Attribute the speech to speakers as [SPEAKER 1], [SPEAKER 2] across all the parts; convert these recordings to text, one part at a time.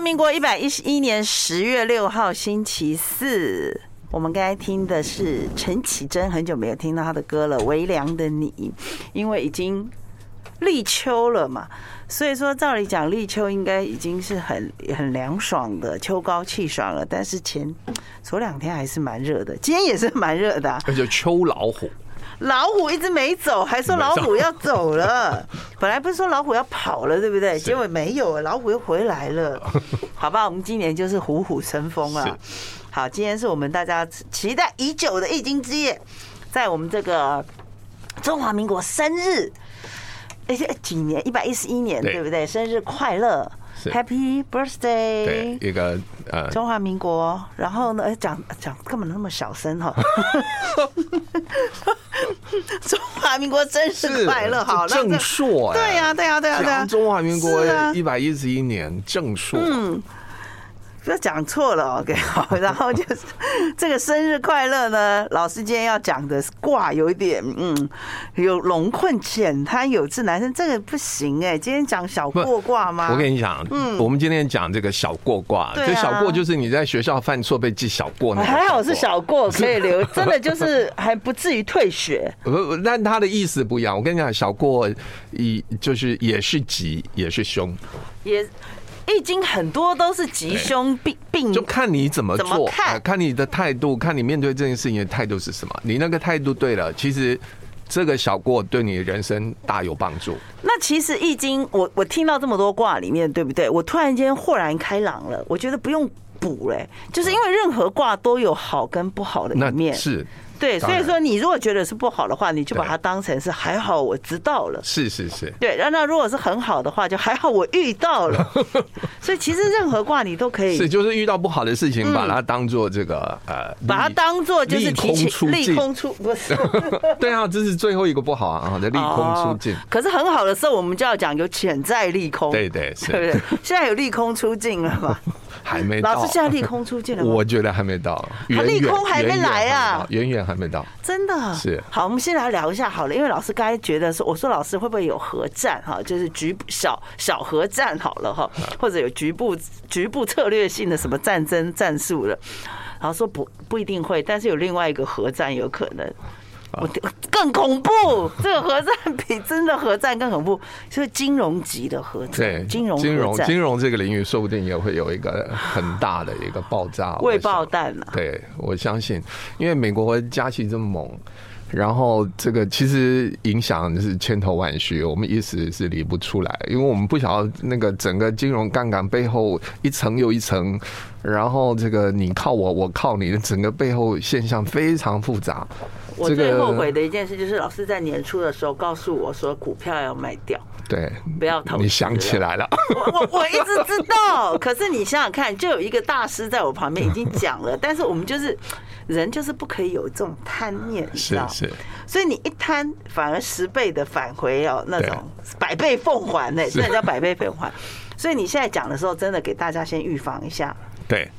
[SPEAKER 1] 民国一百一十一年十月六号星期四，我们刚才听的是陈绮贞，很久没有听到她的歌了，《微凉的你》，因为已经立秋了嘛，所以说照理讲立秋应该已经是很很凉爽的，秋高气爽了。但是前昨两天还是蛮热的，今天也是蛮热的啊、
[SPEAKER 2] 而且秋老虎，
[SPEAKER 1] 老虎一直没走，还说老虎要走了。本来不是说老虎要跑了，对不对？结果没有，老虎又回来了。好吧，我们今年就是虎虎生风啊。好，今天是我们大家期待已久的易经之夜，在我们这个中华民国生日，哎、这几年一百一十一年，
[SPEAKER 2] 对
[SPEAKER 1] 对不对？生日快乐
[SPEAKER 2] 是
[SPEAKER 1] ，Happy Birthday！
[SPEAKER 2] 对，一个呃，
[SPEAKER 1] 中华民国，然后呢，哎讲讲干嘛那么小声哈？ 中华民国真是快乐，好
[SPEAKER 2] 这正
[SPEAKER 1] 那这
[SPEAKER 2] 朔哎，
[SPEAKER 1] 对呀、对呀、对呀、对呀、
[SPEAKER 2] 讲中华民国
[SPEAKER 1] 是啊嗯
[SPEAKER 2] 一百一十一年正朔，
[SPEAKER 1] 不要讲错了，OK，好， 然后就是这个生日快乐呢，老师今天要讲的卦有一点，嗯，有龙困浅滩有志难伸，这个不行哎、今天讲小过卦吗？
[SPEAKER 2] 我跟你讲，我们今天讲这个小过卦，
[SPEAKER 1] 嗯对啊哎
[SPEAKER 2] 这小过就是你在学校犯错被记小过那个
[SPEAKER 1] 还好是
[SPEAKER 2] 过
[SPEAKER 1] 小过可以留，真的就是还不至于退学。
[SPEAKER 2] 不不，但呃他的意思不一样。我跟你讲，小过一就是也是吉，也是凶，
[SPEAKER 1] 也易经很多都是吉凶并并
[SPEAKER 2] 哎就看你怎么
[SPEAKER 1] 嗯怎么
[SPEAKER 2] 做，
[SPEAKER 1] 看
[SPEAKER 2] 呃看你的态度，看你面对这件事情的态度是什么。你那个态度对了，其实这个小过对你的人生大有帮助。
[SPEAKER 1] 那其实易经，我我听到这么多卦里面，对不对？我突然间豁然开朗了，我觉得不用。补嘞、就是因为任何卦都有好跟不好的一
[SPEAKER 2] 那
[SPEAKER 1] 面，
[SPEAKER 2] 是
[SPEAKER 1] 对，
[SPEAKER 2] 当
[SPEAKER 1] 所以
[SPEAKER 2] 然
[SPEAKER 1] 说你如果觉得是不好的话，你就把它
[SPEAKER 2] 对
[SPEAKER 1] 当成是还好我知道了，
[SPEAKER 2] 是是是，
[SPEAKER 1] 对，那那如果是很好的话，就还好我遇到 了，所以其实任何卦你都可以
[SPEAKER 2] 是就是遇到不好的事情，把它当做这个呃，
[SPEAKER 1] 嗯把它
[SPEAKER 2] 利
[SPEAKER 1] 当做就是
[SPEAKER 2] 利
[SPEAKER 1] 提
[SPEAKER 2] 空
[SPEAKER 1] 起
[SPEAKER 2] 出
[SPEAKER 1] 利
[SPEAKER 2] 尽。
[SPEAKER 1] 空 出，不是
[SPEAKER 2] 对啊，这是最后一个不好啊，啊，的利空出尽
[SPEAKER 1] 哦。可是很好的时候，我们就要讲有潜在利空，
[SPEAKER 2] 对对
[SPEAKER 1] 哦对
[SPEAKER 2] 是，
[SPEAKER 1] 不对？现在有利空出尽了 嘛？
[SPEAKER 2] 还没到。
[SPEAKER 1] 老师现在利空出尽了吗？
[SPEAKER 2] 我觉得还没到，
[SPEAKER 1] 还
[SPEAKER 2] 远
[SPEAKER 1] 利
[SPEAKER 2] 远
[SPEAKER 1] 空还没
[SPEAKER 2] 远远
[SPEAKER 1] 来啊
[SPEAKER 2] 还没到远远还没到。
[SPEAKER 1] 真的
[SPEAKER 2] 是
[SPEAKER 1] 好，我们先来聊一下好了，因为老师刚才觉得说，我说老师会不会有核战哈，就是局部小小核战好了
[SPEAKER 2] 啊
[SPEAKER 1] 哈，或者有局部局部策略性的什么战争战术了，然后说不不一定会，但是有另外一个核战有可能。
[SPEAKER 2] 啊
[SPEAKER 1] 我更恐怖，这个核战比真的核战更恐怖，就是金融级的核
[SPEAKER 2] 对，
[SPEAKER 1] 战，金融
[SPEAKER 2] 金融
[SPEAKER 1] 核战
[SPEAKER 2] 金融这个领域，说不定也会有一个很大的一个爆炸。我
[SPEAKER 1] 未
[SPEAKER 2] 想
[SPEAKER 1] 爆弹啊，
[SPEAKER 2] 对，我相信，因为美国加息这么猛，然后这个其实影响是千头万绪，我们一时是理不出来，因为我们不晓得那个整个金融杠杆背后一层又一层，然后这个你靠我，我靠你的整个背后现象非常复杂。
[SPEAKER 1] 我
[SPEAKER 2] 这
[SPEAKER 1] 最
[SPEAKER 2] 个
[SPEAKER 1] 后悔的一件事就是老师在年初的时候告诉我说股票要卖掉，
[SPEAKER 2] 对，
[SPEAKER 1] 不要投资了。
[SPEAKER 2] 你想起来了，
[SPEAKER 1] 我我我一直知道，可是你想想看，就有一个大师在我旁边已经讲了， 但是我们就是人就是不可以有这种贪念，你知
[SPEAKER 2] 是
[SPEAKER 1] 道？
[SPEAKER 2] 是。
[SPEAKER 1] 所以你一贪，反而十倍的返回哦，那
[SPEAKER 2] 对
[SPEAKER 1] 种百倍奉还呢、那叫百倍奉还。所以你现在讲的时候，真的给大家先预防一下。
[SPEAKER 2] 对，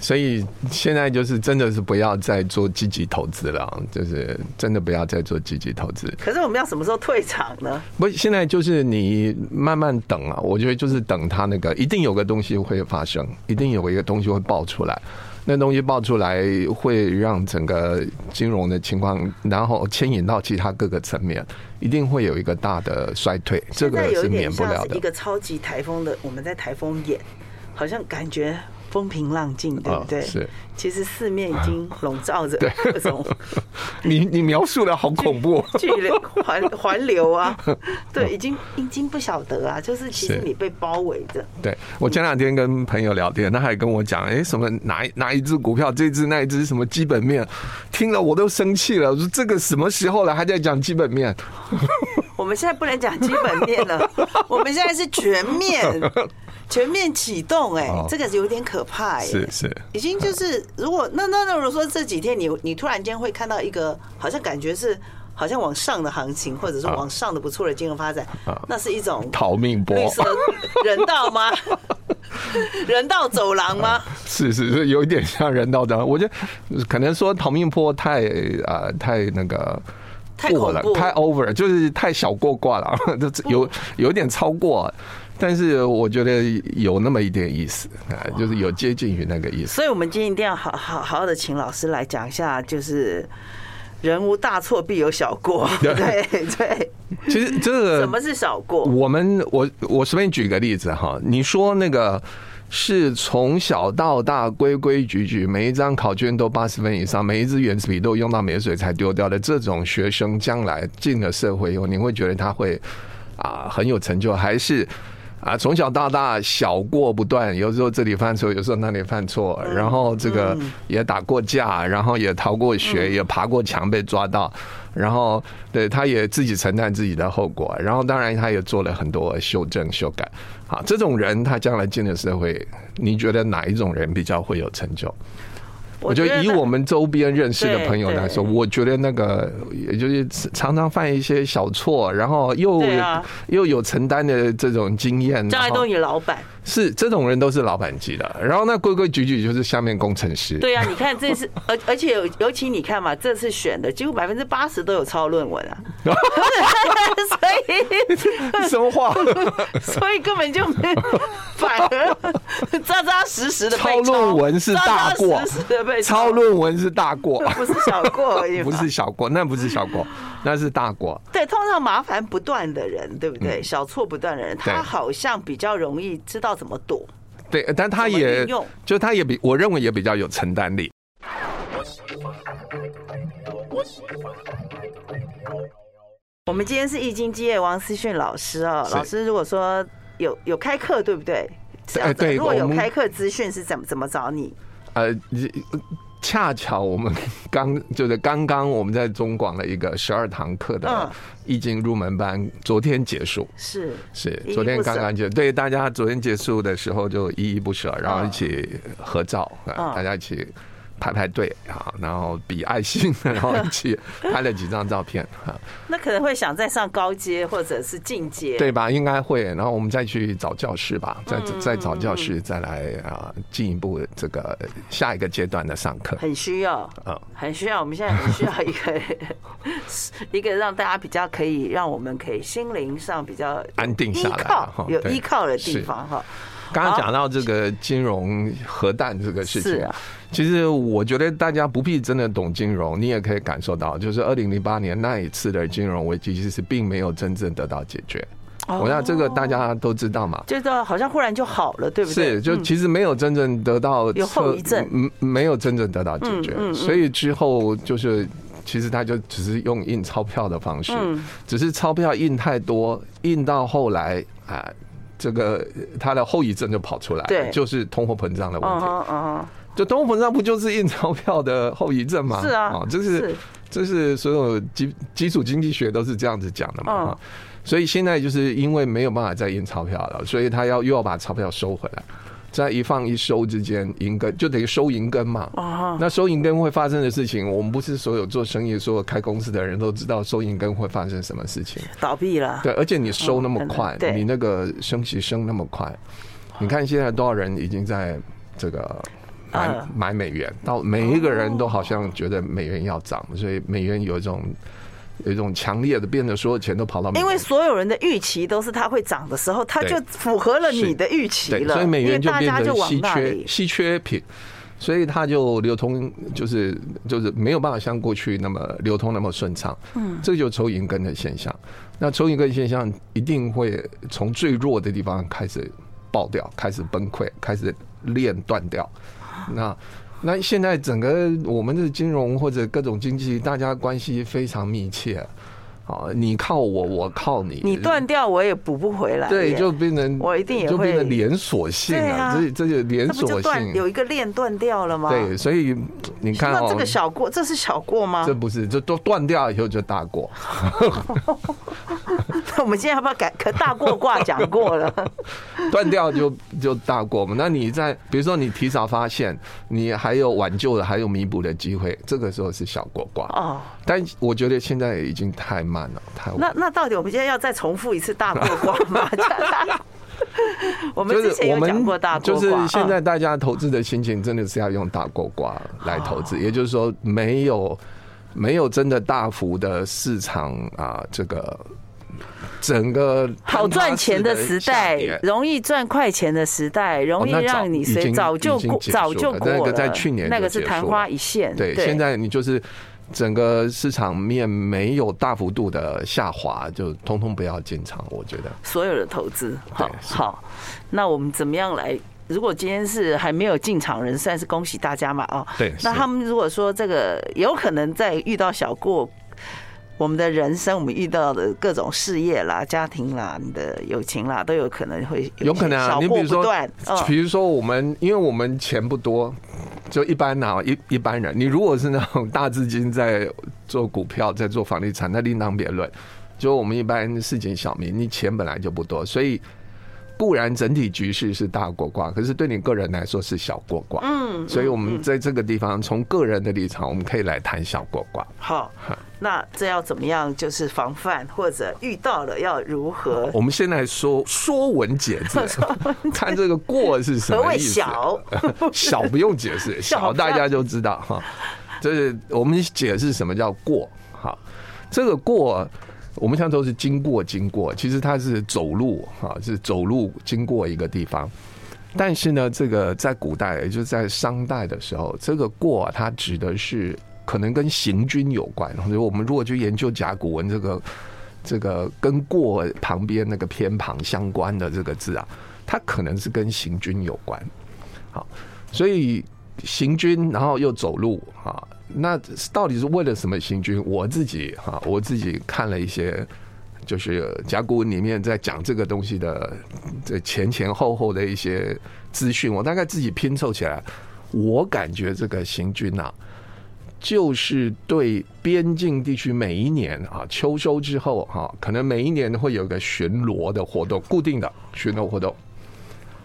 [SPEAKER 2] 所以现在就是真的是不要再做积极投资了啊，就是真的不要再做积极投资。
[SPEAKER 1] 可是我们要什么时候退场呢？
[SPEAKER 2] 不，现在就是你慢慢等啊，我觉得就是等它那个，一定有个东西会发生，一定有一个东西会爆出来。那东西爆出来会让整个金融的情况，然后牵引到其他各个层面，一定会有一个大的衰退，这
[SPEAKER 1] 现
[SPEAKER 2] 个
[SPEAKER 1] 在有
[SPEAKER 2] 是
[SPEAKER 1] 一
[SPEAKER 2] 免
[SPEAKER 1] 点
[SPEAKER 2] 不了
[SPEAKER 1] 像是
[SPEAKER 2] 的
[SPEAKER 1] 一。个超级台风的，我们在台风眼，好像感觉风平浪静，对不对？
[SPEAKER 2] 啊是。
[SPEAKER 1] 其实四面已经笼罩 着各种
[SPEAKER 2] 你你描述的好恐怖，
[SPEAKER 1] 巨流环 环流啊， 对，已经已经不晓得啊，就是其实
[SPEAKER 2] 是
[SPEAKER 1] 你被包围着。
[SPEAKER 2] 对我前两天跟朋友聊天，他还跟我讲，哎，什么哪一哪一只股票，这只那一只什么基本面，听了我都生气了。我说这个什么时候了，还在讲基本面？
[SPEAKER 1] 我们现在不能讲基本面 了，我们现在是全面。全面启动、哎、
[SPEAKER 2] 哦
[SPEAKER 1] 这个有点可怕、哎，
[SPEAKER 2] 是是
[SPEAKER 1] 已经就是如果那那那如果说这几天你你突然间会看到一个好像感觉是好像往上的行情，或者是往上的不错的金融发展，那是一种
[SPEAKER 2] 啊逃命波，
[SPEAKER 1] 绿色人道吗？人道走廊吗？
[SPEAKER 2] 是是是，有一点像人道的。我觉得可能说逃命波太呃太那个。
[SPEAKER 1] 太
[SPEAKER 2] 过了
[SPEAKER 1] 恐怖，嗯
[SPEAKER 2] 太 over，就是太小过挂了，这有有点超过。但是我觉得有那么一点意思啊，就是有接近于那个意思。
[SPEAKER 1] 所以我们今天一定要好好好好的请老师来讲一下，就是人无大错必有小 过，
[SPEAKER 2] 对
[SPEAKER 1] 对对，
[SPEAKER 2] 其实这个
[SPEAKER 1] 什么是小过？
[SPEAKER 2] 呃我们我我随便举个例子哈，你说那个是从小到大规规矩矩，每一张考卷都八十分以上，每一支圆珠笔都用到没水才丢掉的这种学生，将来进了社会以后，你会觉得他会啊、很有成就，还是？啊，从小到大小过不断，有时候这里犯错，有时候那里犯错，
[SPEAKER 1] 嗯
[SPEAKER 2] 然后这个也打过架，然后也逃过
[SPEAKER 1] 嗯
[SPEAKER 2] 学，也爬过墙被抓到，然后对他也自己承担自己的后果，然后当然他也做了很多修正修改。好，这种人他将来进了社会，你觉得哪一种人比较会有成就？我觉得以我们周边认识的朋友来说，
[SPEAKER 1] 对
[SPEAKER 2] 我觉得那个也就是常常犯一些小错，然后又
[SPEAKER 1] 对啊
[SPEAKER 2] 又有承担的这种经验，
[SPEAKER 1] 将来
[SPEAKER 2] 然后
[SPEAKER 1] 都你老板，
[SPEAKER 2] 是这种人都是老板级的，然后那规规矩矩就是下面工程师。
[SPEAKER 1] 对啊，你看这次，而而且有尤其你看嘛，这次选的几乎百分之八十都有抄论文 啊， 所以
[SPEAKER 2] 什么 话？
[SPEAKER 1] 所以根本就没有，反而扎扎实实的
[SPEAKER 2] 抄论文是大过
[SPEAKER 1] 扎扎实实的被，
[SPEAKER 2] 抄论文是 大过，
[SPEAKER 1] 不是小过而已嘛，
[SPEAKER 2] 不是小过，那不是小过，那是大过。
[SPEAKER 1] 对，通常麻烦不断的人，对不对？小错不断的人，
[SPEAKER 2] 嗯对
[SPEAKER 1] 他好像比较容易知道怎么躲。
[SPEAKER 2] 对，但他
[SPEAKER 1] 怎么
[SPEAKER 2] 也
[SPEAKER 1] 运用
[SPEAKER 2] 就他也比我认为也比较有承担力。
[SPEAKER 1] 我们今天是易经基业王思训老师哦，
[SPEAKER 2] 是
[SPEAKER 1] 老师如果说有有开课，对不对？这
[SPEAKER 2] 对
[SPEAKER 1] 样子
[SPEAKER 2] 哎对
[SPEAKER 1] 如果有
[SPEAKER 2] 我们
[SPEAKER 1] 开课资讯是怎么怎么找你？
[SPEAKER 2] 呃，恰巧我们刚就是刚刚我们在中广的一个十二堂课
[SPEAKER 1] 嗯
[SPEAKER 2] 的易经入门班，昨天结束。
[SPEAKER 1] 是
[SPEAKER 2] 是
[SPEAKER 1] 依依，
[SPEAKER 2] 昨天
[SPEAKER 1] 不舍
[SPEAKER 2] 刚刚结，对大家昨天结束的时候就依依不舍，然后一起合照
[SPEAKER 1] 嗯
[SPEAKER 2] 啊，大家一起排排队啊，然后比爱心，然后一起拍了几张照片 啊，
[SPEAKER 1] 那可能会想再上高阶或者是进阶，
[SPEAKER 2] 对吧？应该会，然后我们再去找教室吧，再
[SPEAKER 1] 嗯
[SPEAKER 2] 再找教室，再来啊进一步这个下一个阶段的上课
[SPEAKER 1] 很需要，
[SPEAKER 2] 啊。
[SPEAKER 1] 很需要。我们现在很需要一个 一个让大家比较可以让我们可以心灵上比较有
[SPEAKER 2] 安定下来啊
[SPEAKER 1] 依靠
[SPEAKER 2] 哈
[SPEAKER 1] 有
[SPEAKER 2] 对
[SPEAKER 1] 依靠的地
[SPEAKER 2] 是
[SPEAKER 1] 方哈。
[SPEAKER 2] 刚刚讲到这个金融核弹这个事
[SPEAKER 1] 是
[SPEAKER 2] 情，
[SPEAKER 1] 啊
[SPEAKER 2] 其实我觉得大家不必真的懂金融，你也可以感受到，就是二零零八年那一次的金融危机，其实并没有真正得到解决。
[SPEAKER 1] 哦
[SPEAKER 2] 我想这个大家都知道嘛。
[SPEAKER 1] 就是好像忽然就好了，对不对？嗯
[SPEAKER 2] 是，就其实没有真正得到
[SPEAKER 1] 有后
[SPEAKER 2] 测
[SPEAKER 1] 遗症嗯
[SPEAKER 2] 嗯，没有真正得到解决，所以之后就是其实他就只是用印钞票的方式，
[SPEAKER 1] 嗯
[SPEAKER 2] 只是钞票印太多，印到后来啊。这个它的后遗症就跑出来了，
[SPEAKER 1] 对
[SPEAKER 2] 就是通货膨胀的问
[SPEAKER 1] 嗯
[SPEAKER 2] 题。
[SPEAKER 1] 哼嗯
[SPEAKER 2] 就通货膨胀不就是印钞票的后遗症吗？
[SPEAKER 1] 哼，是啊，
[SPEAKER 2] 这是这是所有基基础经济学都是这样子讲的嘛。
[SPEAKER 1] 嗯
[SPEAKER 2] 哈所以现在就是因为没有办法再印钞票了，所以他要又要把钞票收回来，在一放一收之间，银根就等于收银根嘛。
[SPEAKER 1] 啊，
[SPEAKER 2] 那收银根会发生的事情，我们不是所有做生意、所有开公司的人都知道收银根会发生什么事情。
[SPEAKER 1] 倒闭了，
[SPEAKER 2] 对，而且你收那么
[SPEAKER 1] 嗯
[SPEAKER 2] 快，
[SPEAKER 1] 对
[SPEAKER 2] 你那个升息升那么快，你看现在多少人已经在这个买、
[SPEAKER 1] 嗯
[SPEAKER 2] 买美元，到每一个人都好像觉得美元要涨，所以美元有一种有一种强烈的，变得所有钱都跑到美
[SPEAKER 1] 因为
[SPEAKER 2] 元。
[SPEAKER 1] 所有人的预期都是它会涨的时候，它
[SPEAKER 2] 嗯对
[SPEAKER 1] 就符合了你
[SPEAKER 2] 是
[SPEAKER 1] 的预期
[SPEAKER 2] 对，
[SPEAKER 1] 了，
[SPEAKER 2] 所以美元
[SPEAKER 1] 因为大
[SPEAKER 2] 变
[SPEAKER 1] 家就
[SPEAKER 2] 成
[SPEAKER 1] 往
[SPEAKER 2] 稀
[SPEAKER 1] 那
[SPEAKER 2] 缺
[SPEAKER 1] 里，
[SPEAKER 2] 稀缺品，所以它就流通就是就是没有办法像过去那么流通那么顺畅。嗯，这就是抽银根的现象。那抽银根现象一定会从最弱的地方开始爆掉，开始崩溃，开始链断掉。那那现在整个我们的金融或者各种经济，大家关系非常密切。啊，你靠我，我靠你，
[SPEAKER 1] 你断掉我也补不回来耶，
[SPEAKER 2] 对，就变成
[SPEAKER 1] 我一定也
[SPEAKER 2] 就变
[SPEAKER 1] 会
[SPEAKER 2] 成连锁性
[SPEAKER 1] 对
[SPEAKER 2] 啊，
[SPEAKER 1] 啊
[SPEAKER 2] 这这就连
[SPEAKER 1] 那不就
[SPEAKER 2] 锁
[SPEAKER 1] 断
[SPEAKER 2] 性
[SPEAKER 1] 有。一个链断掉了吗？
[SPEAKER 2] 对，，所以你看
[SPEAKER 1] 那
[SPEAKER 2] 哦
[SPEAKER 1] 这，个小过，这是小过吗
[SPEAKER 2] 这？不是，这都断掉以后就大过。
[SPEAKER 1] 那 我们现在要不要改？可大过卦讲过 了，
[SPEAKER 2] 断掉就就大过嘛。那你在比如说你提早发现，你还有挽救的，还有弥补的机会，这个时候是小过挂。
[SPEAKER 1] 哦，
[SPEAKER 2] 但我觉得现在已经太慢了，太晚。
[SPEAKER 1] 那那到底我们现在要再重复一次大过卦吗？ 我们
[SPEAKER 2] 就
[SPEAKER 1] 之
[SPEAKER 2] 是
[SPEAKER 1] 前
[SPEAKER 2] 我
[SPEAKER 1] 有讲
[SPEAKER 2] 们
[SPEAKER 1] 过大过
[SPEAKER 2] 就
[SPEAKER 1] 卦，
[SPEAKER 2] 是现在
[SPEAKER 1] 嗯
[SPEAKER 2] 大家投资的心情真的是要用大过卦来投
[SPEAKER 1] 哦
[SPEAKER 2] 资，也就是说没有没有真的大幅的市场啊这个整个
[SPEAKER 1] 好赚钱的
[SPEAKER 2] 的
[SPEAKER 1] 时
[SPEAKER 2] 下
[SPEAKER 1] 代
[SPEAKER 2] 跌，哦
[SPEAKER 1] 容易赚快钱的时代，容易
[SPEAKER 2] 那早
[SPEAKER 1] 让你
[SPEAKER 2] 已
[SPEAKER 1] 随
[SPEAKER 2] 经
[SPEAKER 1] 早就
[SPEAKER 2] 已经
[SPEAKER 1] 过
[SPEAKER 2] 结束
[SPEAKER 1] 早就
[SPEAKER 2] 了
[SPEAKER 1] 过
[SPEAKER 2] 那个
[SPEAKER 1] 了。
[SPEAKER 2] 在去年
[SPEAKER 1] 那
[SPEAKER 2] 就
[SPEAKER 1] 个是
[SPEAKER 2] 结
[SPEAKER 1] 昙
[SPEAKER 2] 束
[SPEAKER 1] 花
[SPEAKER 2] 了
[SPEAKER 1] 一现。
[SPEAKER 2] 对，现在你就是整个市场面没有大幅度的下滑，就通通不要进场。我觉得
[SPEAKER 1] 所有的投资，好
[SPEAKER 2] 是
[SPEAKER 1] 好。那我们怎么样来？如果今天是还没有进场人，算是恭喜大家嘛哦。
[SPEAKER 2] 对
[SPEAKER 1] 那
[SPEAKER 2] 是
[SPEAKER 1] 他们如果说这个有可能在遇到小过，我们的人生，我们遇到的各种事业啦、家庭啦、你的友情啦，都有可能会
[SPEAKER 2] 有可能啊，
[SPEAKER 1] 小
[SPEAKER 2] 你比
[SPEAKER 1] 过
[SPEAKER 2] 如
[SPEAKER 1] 不
[SPEAKER 2] 说
[SPEAKER 1] 断。，嗯
[SPEAKER 2] 比如说我们，因为我们钱不多，就一般拿、一一般人，你如果是那种大资金在做股票、在做房地产，那另当别论。就我们一般市井小民，你钱本来就不多，所以固然整体局势是大过卦，可是对你个人来说是小过卦。嗯，所以我们在这个地方，从个人的立场，我们可以来谈小过卦。
[SPEAKER 1] 好，那这要怎么样？就是防范或者遇到了要如何？
[SPEAKER 2] 我们先来说 说文解字，看这个“过”是什
[SPEAKER 1] 何
[SPEAKER 2] 么
[SPEAKER 1] 谓
[SPEAKER 2] 意思。
[SPEAKER 1] 小？
[SPEAKER 2] 小不用解释，小大家就知道哈。就是我们解释什么叫过，哈，这个过。我们现在都是经过经过，其实它是走路哈，是走路经过一个地方。但是呢，这个在古代，也就是在商代的时候，这个“过”啊，它指的是可能跟行军有关。所以我们如果去研究甲骨文这个这个跟“过”旁边那个偏旁相关的这个字啊，它可能是跟行军有关。好，所以行军，然后又走路啊，那到底是为了什么行军？我自己哈、啊，我自己看了一些，就是甲骨文里面在讲这个东西的这前前后后的一些资讯，我大概自己拼凑起来，我感觉这个行军啊。就是对边境地区每一年啊，秋收之后哈、啊，可能每一年会有一个巡逻的活动，固定的巡逻活动。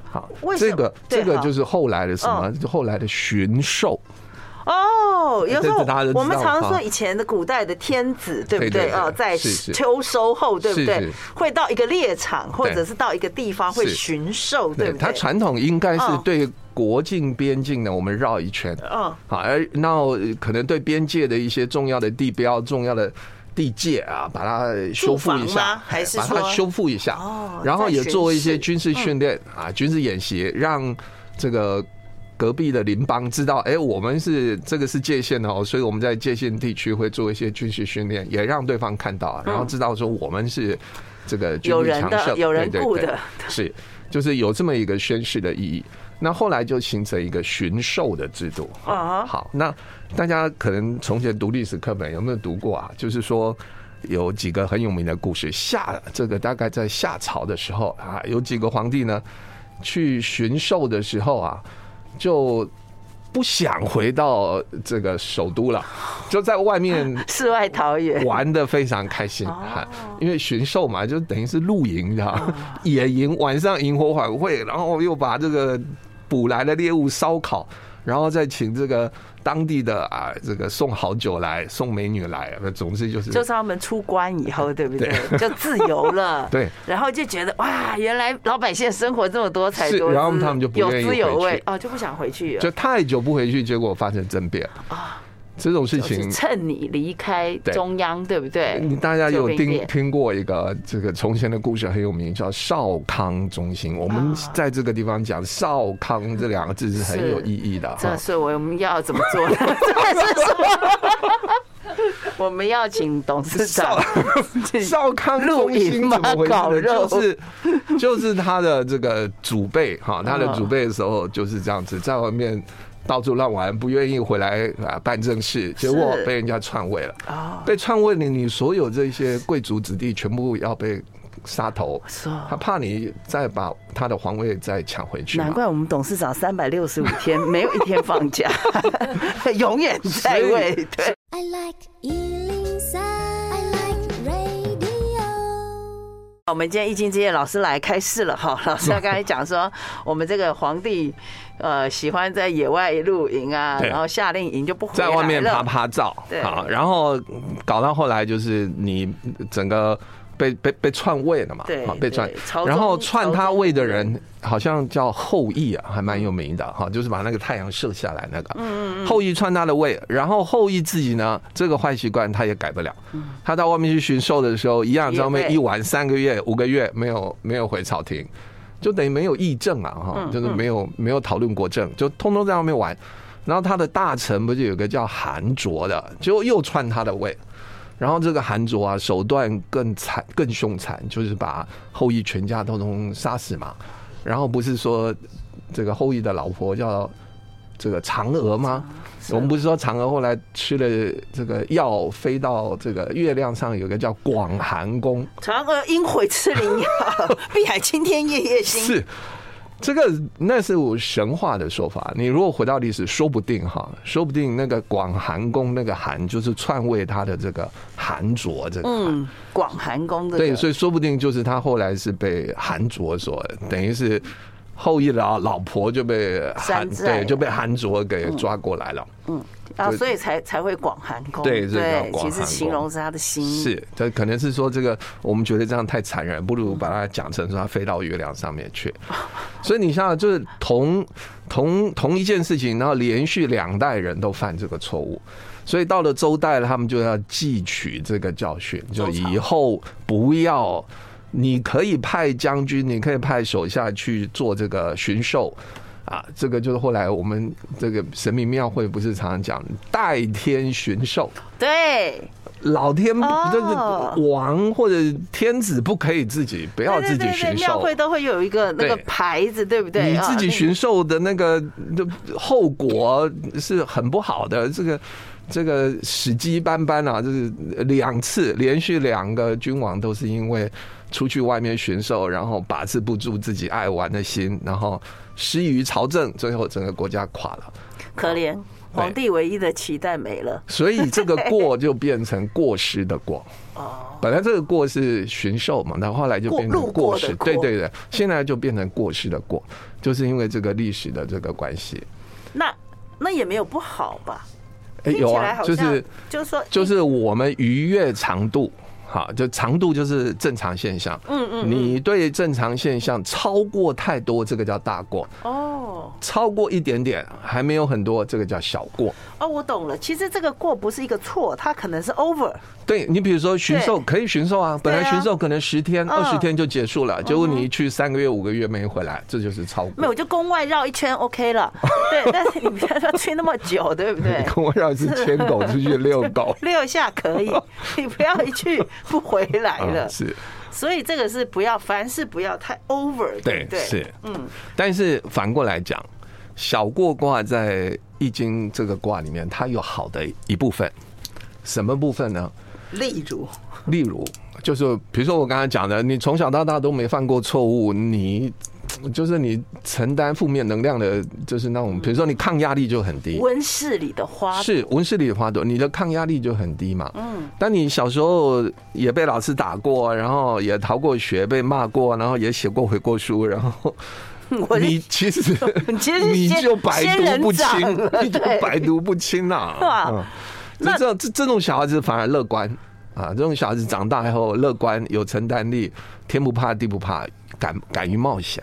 [SPEAKER 2] 好
[SPEAKER 1] 为，什
[SPEAKER 2] 这
[SPEAKER 1] 么
[SPEAKER 2] 个
[SPEAKER 1] 对
[SPEAKER 2] 这个
[SPEAKER 1] 哈
[SPEAKER 2] 就是后来的什
[SPEAKER 1] 嗯
[SPEAKER 2] 么？就后来的巡狩，
[SPEAKER 1] 哦，有时候
[SPEAKER 2] 这这大家都知道
[SPEAKER 1] 我们常说
[SPEAKER 2] 哈
[SPEAKER 1] 以前的古代的天子，对不
[SPEAKER 2] 对
[SPEAKER 1] 对？
[SPEAKER 2] 对对
[SPEAKER 1] 哦，在
[SPEAKER 2] 是是
[SPEAKER 1] 秋收后，对不
[SPEAKER 2] 是
[SPEAKER 1] 对
[SPEAKER 2] 是？
[SPEAKER 1] 会到一个猎场，或者
[SPEAKER 2] 对
[SPEAKER 1] 是到一个地方会
[SPEAKER 2] 是
[SPEAKER 1] 巡狩，对不
[SPEAKER 2] 它
[SPEAKER 1] 对？
[SPEAKER 2] 传统应该是
[SPEAKER 1] 嗯
[SPEAKER 2] 对国境边境呢，我们绕一圈，
[SPEAKER 1] 嗯，
[SPEAKER 2] 好，而那可能对边界的一些重要的地标、重要的地界啊，把它修复一
[SPEAKER 1] 驻防
[SPEAKER 2] 下哎
[SPEAKER 1] 吗，还是
[SPEAKER 2] 把它
[SPEAKER 1] 说
[SPEAKER 2] 修复一下
[SPEAKER 1] 哦，
[SPEAKER 2] 然后也
[SPEAKER 1] 在巡
[SPEAKER 2] 做一些
[SPEAKER 1] 视嗯
[SPEAKER 2] 军事训练啊、军事演习，让这个。隔壁的邻邦知道，哎、我们是这个是界限哦，所以我们在界限地区会做一些军事训练，也让对方看到，啊然后知道说我们是这个
[SPEAKER 1] 嗯
[SPEAKER 2] 军
[SPEAKER 1] 有
[SPEAKER 2] 力
[SPEAKER 1] 人
[SPEAKER 2] 强
[SPEAKER 1] 的
[SPEAKER 2] 盛
[SPEAKER 1] 有人
[SPEAKER 2] 对对
[SPEAKER 1] 雇
[SPEAKER 2] 对
[SPEAKER 1] 的
[SPEAKER 2] 是，就是有这么一个宣誓的意义。那后来就形成一个巡狩的制度。
[SPEAKER 1] 啊哈
[SPEAKER 2] 好，那大家可能从前读历史课本有没有读过啊？就是说。有几个很有名的故事，夏这个大概在夏朝的时候啊，有几个皇帝呢，去巡狩的时候啊，就不想回到这个首都了，就在外面
[SPEAKER 1] 世外桃源。
[SPEAKER 2] 玩的非常开心
[SPEAKER 1] 哦
[SPEAKER 2] 哈，因为巡狩嘛，就等于是露营的、
[SPEAKER 1] 哦
[SPEAKER 2] 野营，晚上萤火晚会，然后又把这个捕来的猎物烧烤，然后再请这个当地的啊，这个送好酒来，送美女来，总之就是
[SPEAKER 1] 就是他们出关以后，对不对？ 就自由了。
[SPEAKER 2] 对，
[SPEAKER 1] 然后就觉得哇，原来老百姓生活这么多才
[SPEAKER 2] 是
[SPEAKER 1] 多姿，
[SPEAKER 2] 然后他们就不
[SPEAKER 1] 有
[SPEAKER 2] 愿意
[SPEAKER 1] 滋有
[SPEAKER 2] 回
[SPEAKER 1] 味
[SPEAKER 2] 去
[SPEAKER 1] 哦，就不想回去了
[SPEAKER 2] 就。太久不回去，结果发生政变啊，这种事
[SPEAKER 1] 哦就是
[SPEAKER 2] 情。
[SPEAKER 1] 趁你离开
[SPEAKER 2] 对
[SPEAKER 1] 中央，对不对？
[SPEAKER 2] 你大家有
[SPEAKER 1] 就被
[SPEAKER 2] 听
[SPEAKER 1] 灭
[SPEAKER 2] 听过一个这个从前的故事很有名，叫少康中心。我们在这个地方讲少康这两个字是很有
[SPEAKER 1] 啊是
[SPEAKER 2] 意义的。哈。
[SPEAKER 1] 这是我们要怎么做 呢？这是什么？我们要请董事长
[SPEAKER 2] 少。少康中心怎么回
[SPEAKER 1] 录影吗烤
[SPEAKER 2] 事呢？
[SPEAKER 1] 肉
[SPEAKER 2] 就是就是他的这个祖辈
[SPEAKER 1] 嗯
[SPEAKER 2] 哈，他的祖辈的时候就是这样子，在外面到处乱玩，不愿意回来啊办正事，结果被人家篡位了。
[SPEAKER 1] 哦，
[SPEAKER 2] 被篡位的你所有这些贵族子弟全部要被杀头，
[SPEAKER 1] 是
[SPEAKER 2] 他
[SPEAKER 1] 哦
[SPEAKER 2] 怕你再把他的皇位再抢回去嘛。
[SPEAKER 1] 难怪我们董事长三百六十五天没有一天放 假，永远在位。对，
[SPEAKER 3] I like Ealing Sound. I like radio.
[SPEAKER 1] 我们今天易经之夜老师来开示了哈。老师刚才讲 说，我们这个皇帝呃喜欢在野外露营啊，
[SPEAKER 2] 对
[SPEAKER 1] 然后夏令营就不回来
[SPEAKER 2] 在
[SPEAKER 1] 了。
[SPEAKER 2] 外面啪啪照
[SPEAKER 1] 对，
[SPEAKER 2] 好，然后搞到后来就是你整个被被被篡位了嘛，
[SPEAKER 1] 对
[SPEAKER 2] 好被篡
[SPEAKER 1] 对朝，
[SPEAKER 2] 然后
[SPEAKER 1] 中
[SPEAKER 2] 篡他位的
[SPEAKER 1] 朝
[SPEAKER 2] 人好像叫后羿啊，还蛮有名的哈，就是把那个太阳射下来那个，嗯嗯，后羿篡他的位，然后后羿自己呢，这个坏习惯他也改不了，他到外面去巡狩的时候，一样
[SPEAKER 1] 也
[SPEAKER 2] 在外面
[SPEAKER 1] 被
[SPEAKER 2] 一玩三个月五个月没有没有回朝廷，就等于没有议政啊哈，就是没有没有讨论国政，就通通在外面玩。然后他的大臣不就有个叫韩卓的，结果又篡他的位，然后这个韩卓啊，手段更惨、更凶残，就是把后羿全家通通杀死嘛。然后不是说这个后羿的老婆叫这个嫦娥吗？我们不是说嫦娥后来吃了这个药，飞到这个月亮上，有个叫广寒宫，
[SPEAKER 1] 嫦娥应悔吃灵药， 碧海青天夜夜心。
[SPEAKER 2] 是这个那是我神话的说法。你如果回到历史，说不定哈，说不定那个广寒宫那个寒就是篡位他的这个韩卓这个韩。
[SPEAKER 1] 嗯，广寒宫的
[SPEAKER 2] 对，所以说不定就是他后来是被韩卓所，等于是后羿老老婆就被韩
[SPEAKER 1] 山寨
[SPEAKER 2] 对就被韩卓给抓过来了，
[SPEAKER 1] 啊，
[SPEAKER 2] 对
[SPEAKER 1] 所以才才会广寒宫。
[SPEAKER 2] 对这叫
[SPEAKER 1] 对，
[SPEAKER 2] 广
[SPEAKER 1] 其
[SPEAKER 2] 寒
[SPEAKER 1] 实
[SPEAKER 2] 宫
[SPEAKER 1] 形容是他的心。
[SPEAKER 2] 是，他可能是说这个我们觉得这样太残忍，不如把它讲成说他飞到月亮上面去。 所以你想想，就是同同同一件事情，然后连续两代人都犯这个错误。所以到了周代，他们就要汲取这个教训，就
[SPEAKER 1] 周朝
[SPEAKER 2] 以后不要，你可以派将军，你可以派手下去做这个巡狩，啊，这个就是后来我们这个神明庙会不是常常讲代天巡狩，
[SPEAKER 1] 对，
[SPEAKER 2] 老天
[SPEAKER 1] 哦
[SPEAKER 2] 就是王或者天子不可以自己不要
[SPEAKER 1] 对
[SPEAKER 2] 自
[SPEAKER 1] 对
[SPEAKER 2] 己
[SPEAKER 1] 对对，
[SPEAKER 2] 巡
[SPEAKER 1] 庙
[SPEAKER 2] 狩
[SPEAKER 1] 会。都会有一个那个
[SPEAKER 2] 对
[SPEAKER 1] 牌子，对不对？
[SPEAKER 2] 你
[SPEAKER 1] 啊
[SPEAKER 2] 自己
[SPEAKER 1] 那
[SPEAKER 2] 巡狩的那个就后果是很不好的，这个这个史记斑斑啊，就是两次连续两个君王都是因为出去外面巡狩，然后把持不住自己爱玩的心，然后失于朝政，最后整个国家垮了。
[SPEAKER 1] 可怜皇帝唯一的期待没了。
[SPEAKER 2] 所以这个 过就变成过失的过。哦，本来这个过是巡狩嘛，但后来就变
[SPEAKER 1] 过路
[SPEAKER 2] 成
[SPEAKER 1] 过
[SPEAKER 2] 过
[SPEAKER 1] 的
[SPEAKER 2] 失，
[SPEAKER 1] 过
[SPEAKER 2] 对对对，现在就变成过失的过，就是因为这个历史的这个关系。
[SPEAKER 1] 那那也没有不好吧？
[SPEAKER 2] 哎，
[SPEAKER 1] 听起
[SPEAKER 2] 有
[SPEAKER 1] 来
[SPEAKER 2] 啊，
[SPEAKER 1] 好
[SPEAKER 2] 就
[SPEAKER 1] 像
[SPEAKER 2] 是
[SPEAKER 1] 就是说
[SPEAKER 2] 就是我们逾越长度，哈，就长度就是正常现象。嗯嗯，你对正常现象超过太多，这个叫大过；
[SPEAKER 1] 哦
[SPEAKER 2] 超过一点点，还没有很多，这个叫小过。
[SPEAKER 1] 哦，我懂了。其实这个过不是一个错，它可能是 over。
[SPEAKER 2] 对你，比如说巡狩
[SPEAKER 1] 对
[SPEAKER 2] 可以巡狩啊，本来巡狩可能十天、
[SPEAKER 1] 嗯
[SPEAKER 2] 二十天就结束了，结果你一去三个月、五个月没回来，这就是超
[SPEAKER 1] 没有，
[SPEAKER 2] 过。
[SPEAKER 1] 我就宫外绕一圈 OK 了。对，但是你不要说去那么久，对不对？，
[SPEAKER 2] 跟我要是牵狗出去遛狗
[SPEAKER 1] 六下可以，你不要一去不回来了
[SPEAKER 2] 啊。 是，
[SPEAKER 1] 所以这个是不要，凡事不要太 over，
[SPEAKER 2] 对
[SPEAKER 1] 不，对？
[SPEAKER 2] 是，嗯。但是反过来讲，小过卦在易经这个卦里面，它有好的一部分，什么部分呢？
[SPEAKER 1] 例如，
[SPEAKER 2] 例如，就是比如说我刚才讲的，你从小到大都没犯过错误，你。就是你承担负面能量的，就是那种，比如说你抗压力就很低，
[SPEAKER 1] 温室里的花
[SPEAKER 2] 嗯是温室里的花朵，你的抗压力就很低嘛。嗯，但你小时候也被老师打过，然后也逃过学，被骂过，然后也写过悔过书，然后
[SPEAKER 1] 我
[SPEAKER 2] 你其实
[SPEAKER 1] 你 其实
[SPEAKER 2] 你
[SPEAKER 1] 仙
[SPEAKER 2] 就百毒不
[SPEAKER 1] 仙人
[SPEAKER 2] 侵
[SPEAKER 1] 掌了，
[SPEAKER 2] 你就
[SPEAKER 1] 对
[SPEAKER 2] 百毒不侵啦、
[SPEAKER 1] 哇
[SPEAKER 2] 嗯这这这这种小孩子反而乐观啊，这种小孩子长大以后乐观，有承担力，天不怕地不怕，敢敢于冒险。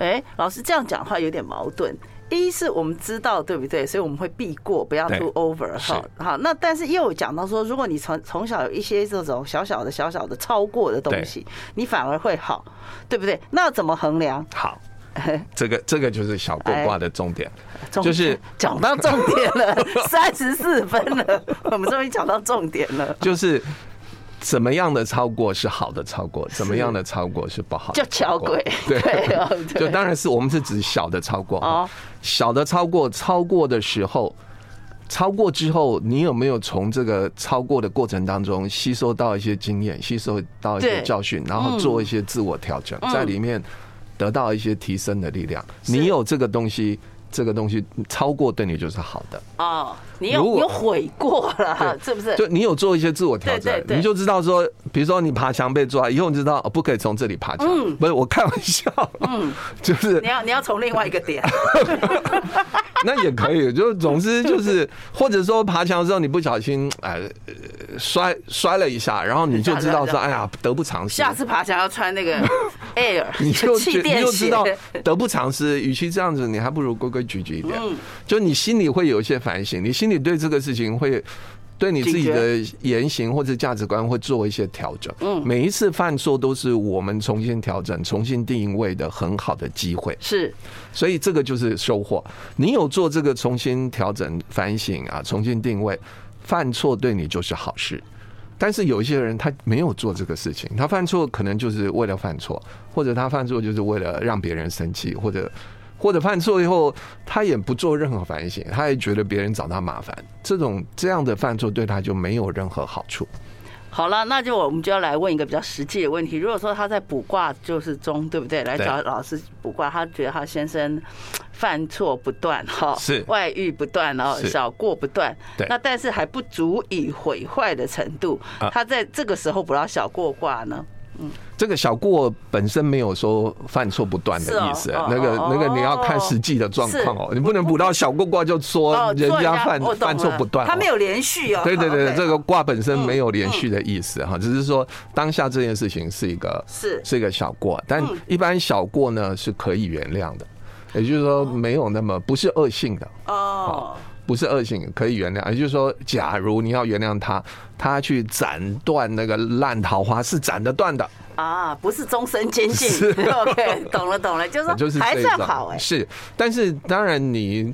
[SPEAKER 1] 哎，老师这样讲话有点矛盾。一是我们知道对不对，所以我们会避过，不要
[SPEAKER 2] 对
[SPEAKER 1] do over
[SPEAKER 2] 是
[SPEAKER 1] 哈。好，那但是又有讲到说，如果你从从小有一些这种小小的、小小的超过的东西，你反而会好，对不对？那怎么衡量？
[SPEAKER 2] 好，这个这个就是小过卦的重点。
[SPEAKER 1] 重
[SPEAKER 2] 就是
[SPEAKER 1] 哎讲到重点了， 三十四分了， 我们终于讲到重点了，
[SPEAKER 2] 就是怎么样的超过是好的超过，怎么样的超过是不好的
[SPEAKER 1] 就
[SPEAKER 2] 超
[SPEAKER 1] 巧
[SPEAKER 2] 过。
[SPEAKER 1] 鬼，对哦，
[SPEAKER 2] 就
[SPEAKER 1] 对，
[SPEAKER 2] 当然是我们是指小的超过
[SPEAKER 1] 哦
[SPEAKER 2] 啊，小的超过，超过的时候，超过之后，你有没有从这个超过的过程当中吸收到一些经验，吸收到一些
[SPEAKER 1] 对嗯
[SPEAKER 2] 教训，然后做一些自我调整，在里面得到一些提升的力量？你有这个东西，这个东西超过对你就是好的。
[SPEAKER 1] 哦，你有
[SPEAKER 2] 如果
[SPEAKER 1] 有悔过了，
[SPEAKER 2] 对
[SPEAKER 1] 是 不是？
[SPEAKER 2] 就你有做一些自我调整
[SPEAKER 1] 对对，对
[SPEAKER 2] 你就知道说，比如说你爬墙被抓，以后你知道哦不可以从这里爬墙。
[SPEAKER 1] 嗯
[SPEAKER 2] 不是我开玩笑，嗯， 就是
[SPEAKER 1] 你要你要从另外一个 点，
[SPEAKER 2] 那也可以，就总之就是，或者说爬墙的时候你不小心哎、呃摔摔了一下，然后你就知道说，哎呀，得不偿失。
[SPEAKER 1] 下次爬墙要穿那个 Air，
[SPEAKER 2] 你就
[SPEAKER 1] 气
[SPEAKER 2] 觉你
[SPEAKER 1] 垫
[SPEAKER 2] 就知
[SPEAKER 1] 鞋。
[SPEAKER 2] 道 得不偿失。与其这样子，你还不如规规矩矩一点。就你心里会有一些反省，你心里对这个事情会。对你自己的言行或者价值观会做一些调整。嗯，每一次犯错都是我们重新调整、重新定位的很好的机会。
[SPEAKER 1] 是
[SPEAKER 2] 所以这个就是收获。你有做这个重新调整、反省啊，重新定位，犯错对你就是好事。但是有一些人他没有做这个事情，他犯错可能就是为了犯错，或者他犯错就是为了让别人生气，或者或者犯错以后他也不做任何反省，他也觉得别人找他麻烦，这种这样的犯错对他就没有任何好处。
[SPEAKER 1] 好了，那就我们就要来问一个比较实际的问题。如果说他在卜卦就是中，对不对？来
[SPEAKER 2] 对
[SPEAKER 1] 找老师卜卦，他觉得他先生犯错不断哈，
[SPEAKER 2] 是
[SPEAKER 1] 外遇不断哦，
[SPEAKER 2] 是
[SPEAKER 1] 小过不断
[SPEAKER 2] 对，
[SPEAKER 1] 那但是还不足以毁坏的程度
[SPEAKER 2] 啊。
[SPEAKER 1] 他在这个时候卜到小过卦呢，
[SPEAKER 2] 这个小过本身没有说犯错不断的意思，
[SPEAKER 1] 是哦哦
[SPEAKER 2] 那个
[SPEAKER 1] 哦
[SPEAKER 2] 那个你要看实际的状况哦，你不能补到小过卦就说
[SPEAKER 1] 哦，
[SPEAKER 2] 人
[SPEAKER 1] 做
[SPEAKER 2] 家犯
[SPEAKER 1] 我懂
[SPEAKER 2] 犯错
[SPEAKER 1] 了
[SPEAKER 2] 不断、
[SPEAKER 1] 他没。有连续哦。
[SPEAKER 2] 对对对，
[SPEAKER 1] 好，OK，嗯
[SPEAKER 2] 这个卦本身没有连续的意思哈，只是说当下这件事情是一个
[SPEAKER 1] 是
[SPEAKER 2] 是一个小过，但
[SPEAKER 1] 嗯
[SPEAKER 2] 一般小过呢是可以原谅的，也就是说没有那么不是恶性的，
[SPEAKER 1] 哦，
[SPEAKER 2] 不是恶性，可以原谅。也就是说，假如你要原谅他，他去斩断那个烂桃花是斩得断的，
[SPEAKER 1] 啊，不是终身监禁。OK，懂了懂了，就
[SPEAKER 2] 就是
[SPEAKER 1] 是说还
[SPEAKER 2] 这
[SPEAKER 1] 算
[SPEAKER 2] 种
[SPEAKER 1] 好哎。
[SPEAKER 2] 是，但是当然你。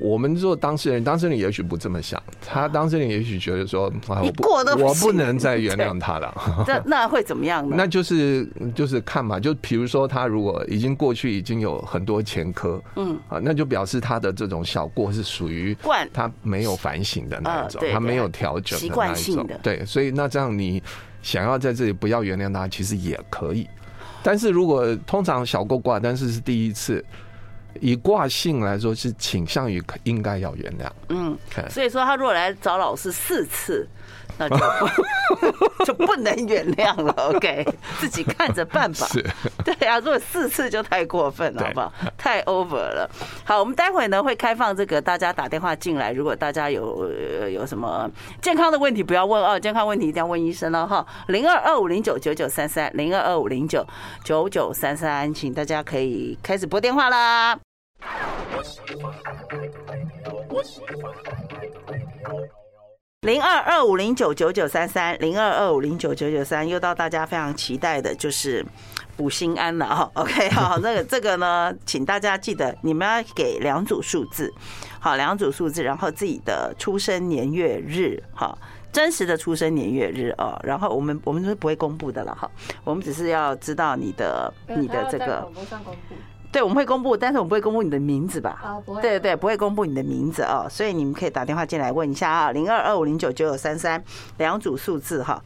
[SPEAKER 2] 我们做当事人，当事人也许不这么想，他当事人也许觉得说，啊，
[SPEAKER 1] 你
[SPEAKER 2] 我不
[SPEAKER 1] 过得不
[SPEAKER 2] 我不
[SPEAKER 1] 行
[SPEAKER 2] 能再原
[SPEAKER 1] 对
[SPEAKER 2] 谅他了。
[SPEAKER 1] 那那会怎么样呢？
[SPEAKER 2] 那就是就是看嘛，就比如说他如果已经过去已经有很多前科，嗯啊，那就表示他的这种小过是属于
[SPEAKER 1] 惯
[SPEAKER 2] 他没有反省的那一种
[SPEAKER 1] 呃，对
[SPEAKER 2] 他没有调整的
[SPEAKER 1] 习
[SPEAKER 2] 那一种
[SPEAKER 1] 惯性的
[SPEAKER 2] 对，所以那这样你想要在这里不要原谅他，其实也可以。但是如果通常小过卦，但是是第一次，以卦性来说是倾向于应该要原谅。
[SPEAKER 1] 嗯
[SPEAKER 2] 哎，
[SPEAKER 1] 所以说他如果来找老师四次，那就 就不能原谅了。OK，自己看着办吧。
[SPEAKER 2] 是，
[SPEAKER 1] 对啊，如果四次就太过分了，
[SPEAKER 2] 对
[SPEAKER 1] 好不好？太 over 了。好，我们待会呢会开放这个大家打电话进来，如果大家有呃有什么健康的问题，不要问哦，健康问题一定要问医生了哈。零二二五零九九九三三，零二二五零九九九三三，请大家可以开始拨电话啦。零二二五零九九九三三，零二二五零九九九三，又到大家非常期待的，就是补心安了哈、哦。OK，好， 那个这个呢，请大家记得你们要给两组数字，好，两组数字，然后自己的出生年月日，好。真实的出生年月日哦，然后我们我们是不会公布的了哈，我们只是要知道你的你的这个，
[SPEAKER 4] 播上公布
[SPEAKER 1] 对，我们会公布，但是我们不会公布你的名字吧？
[SPEAKER 4] 啊，不会，
[SPEAKER 1] 对对，不会公布你的名字啊哦，所以你们可以打电话进来问一下啊，零二二五零九九九三三两组数字哈。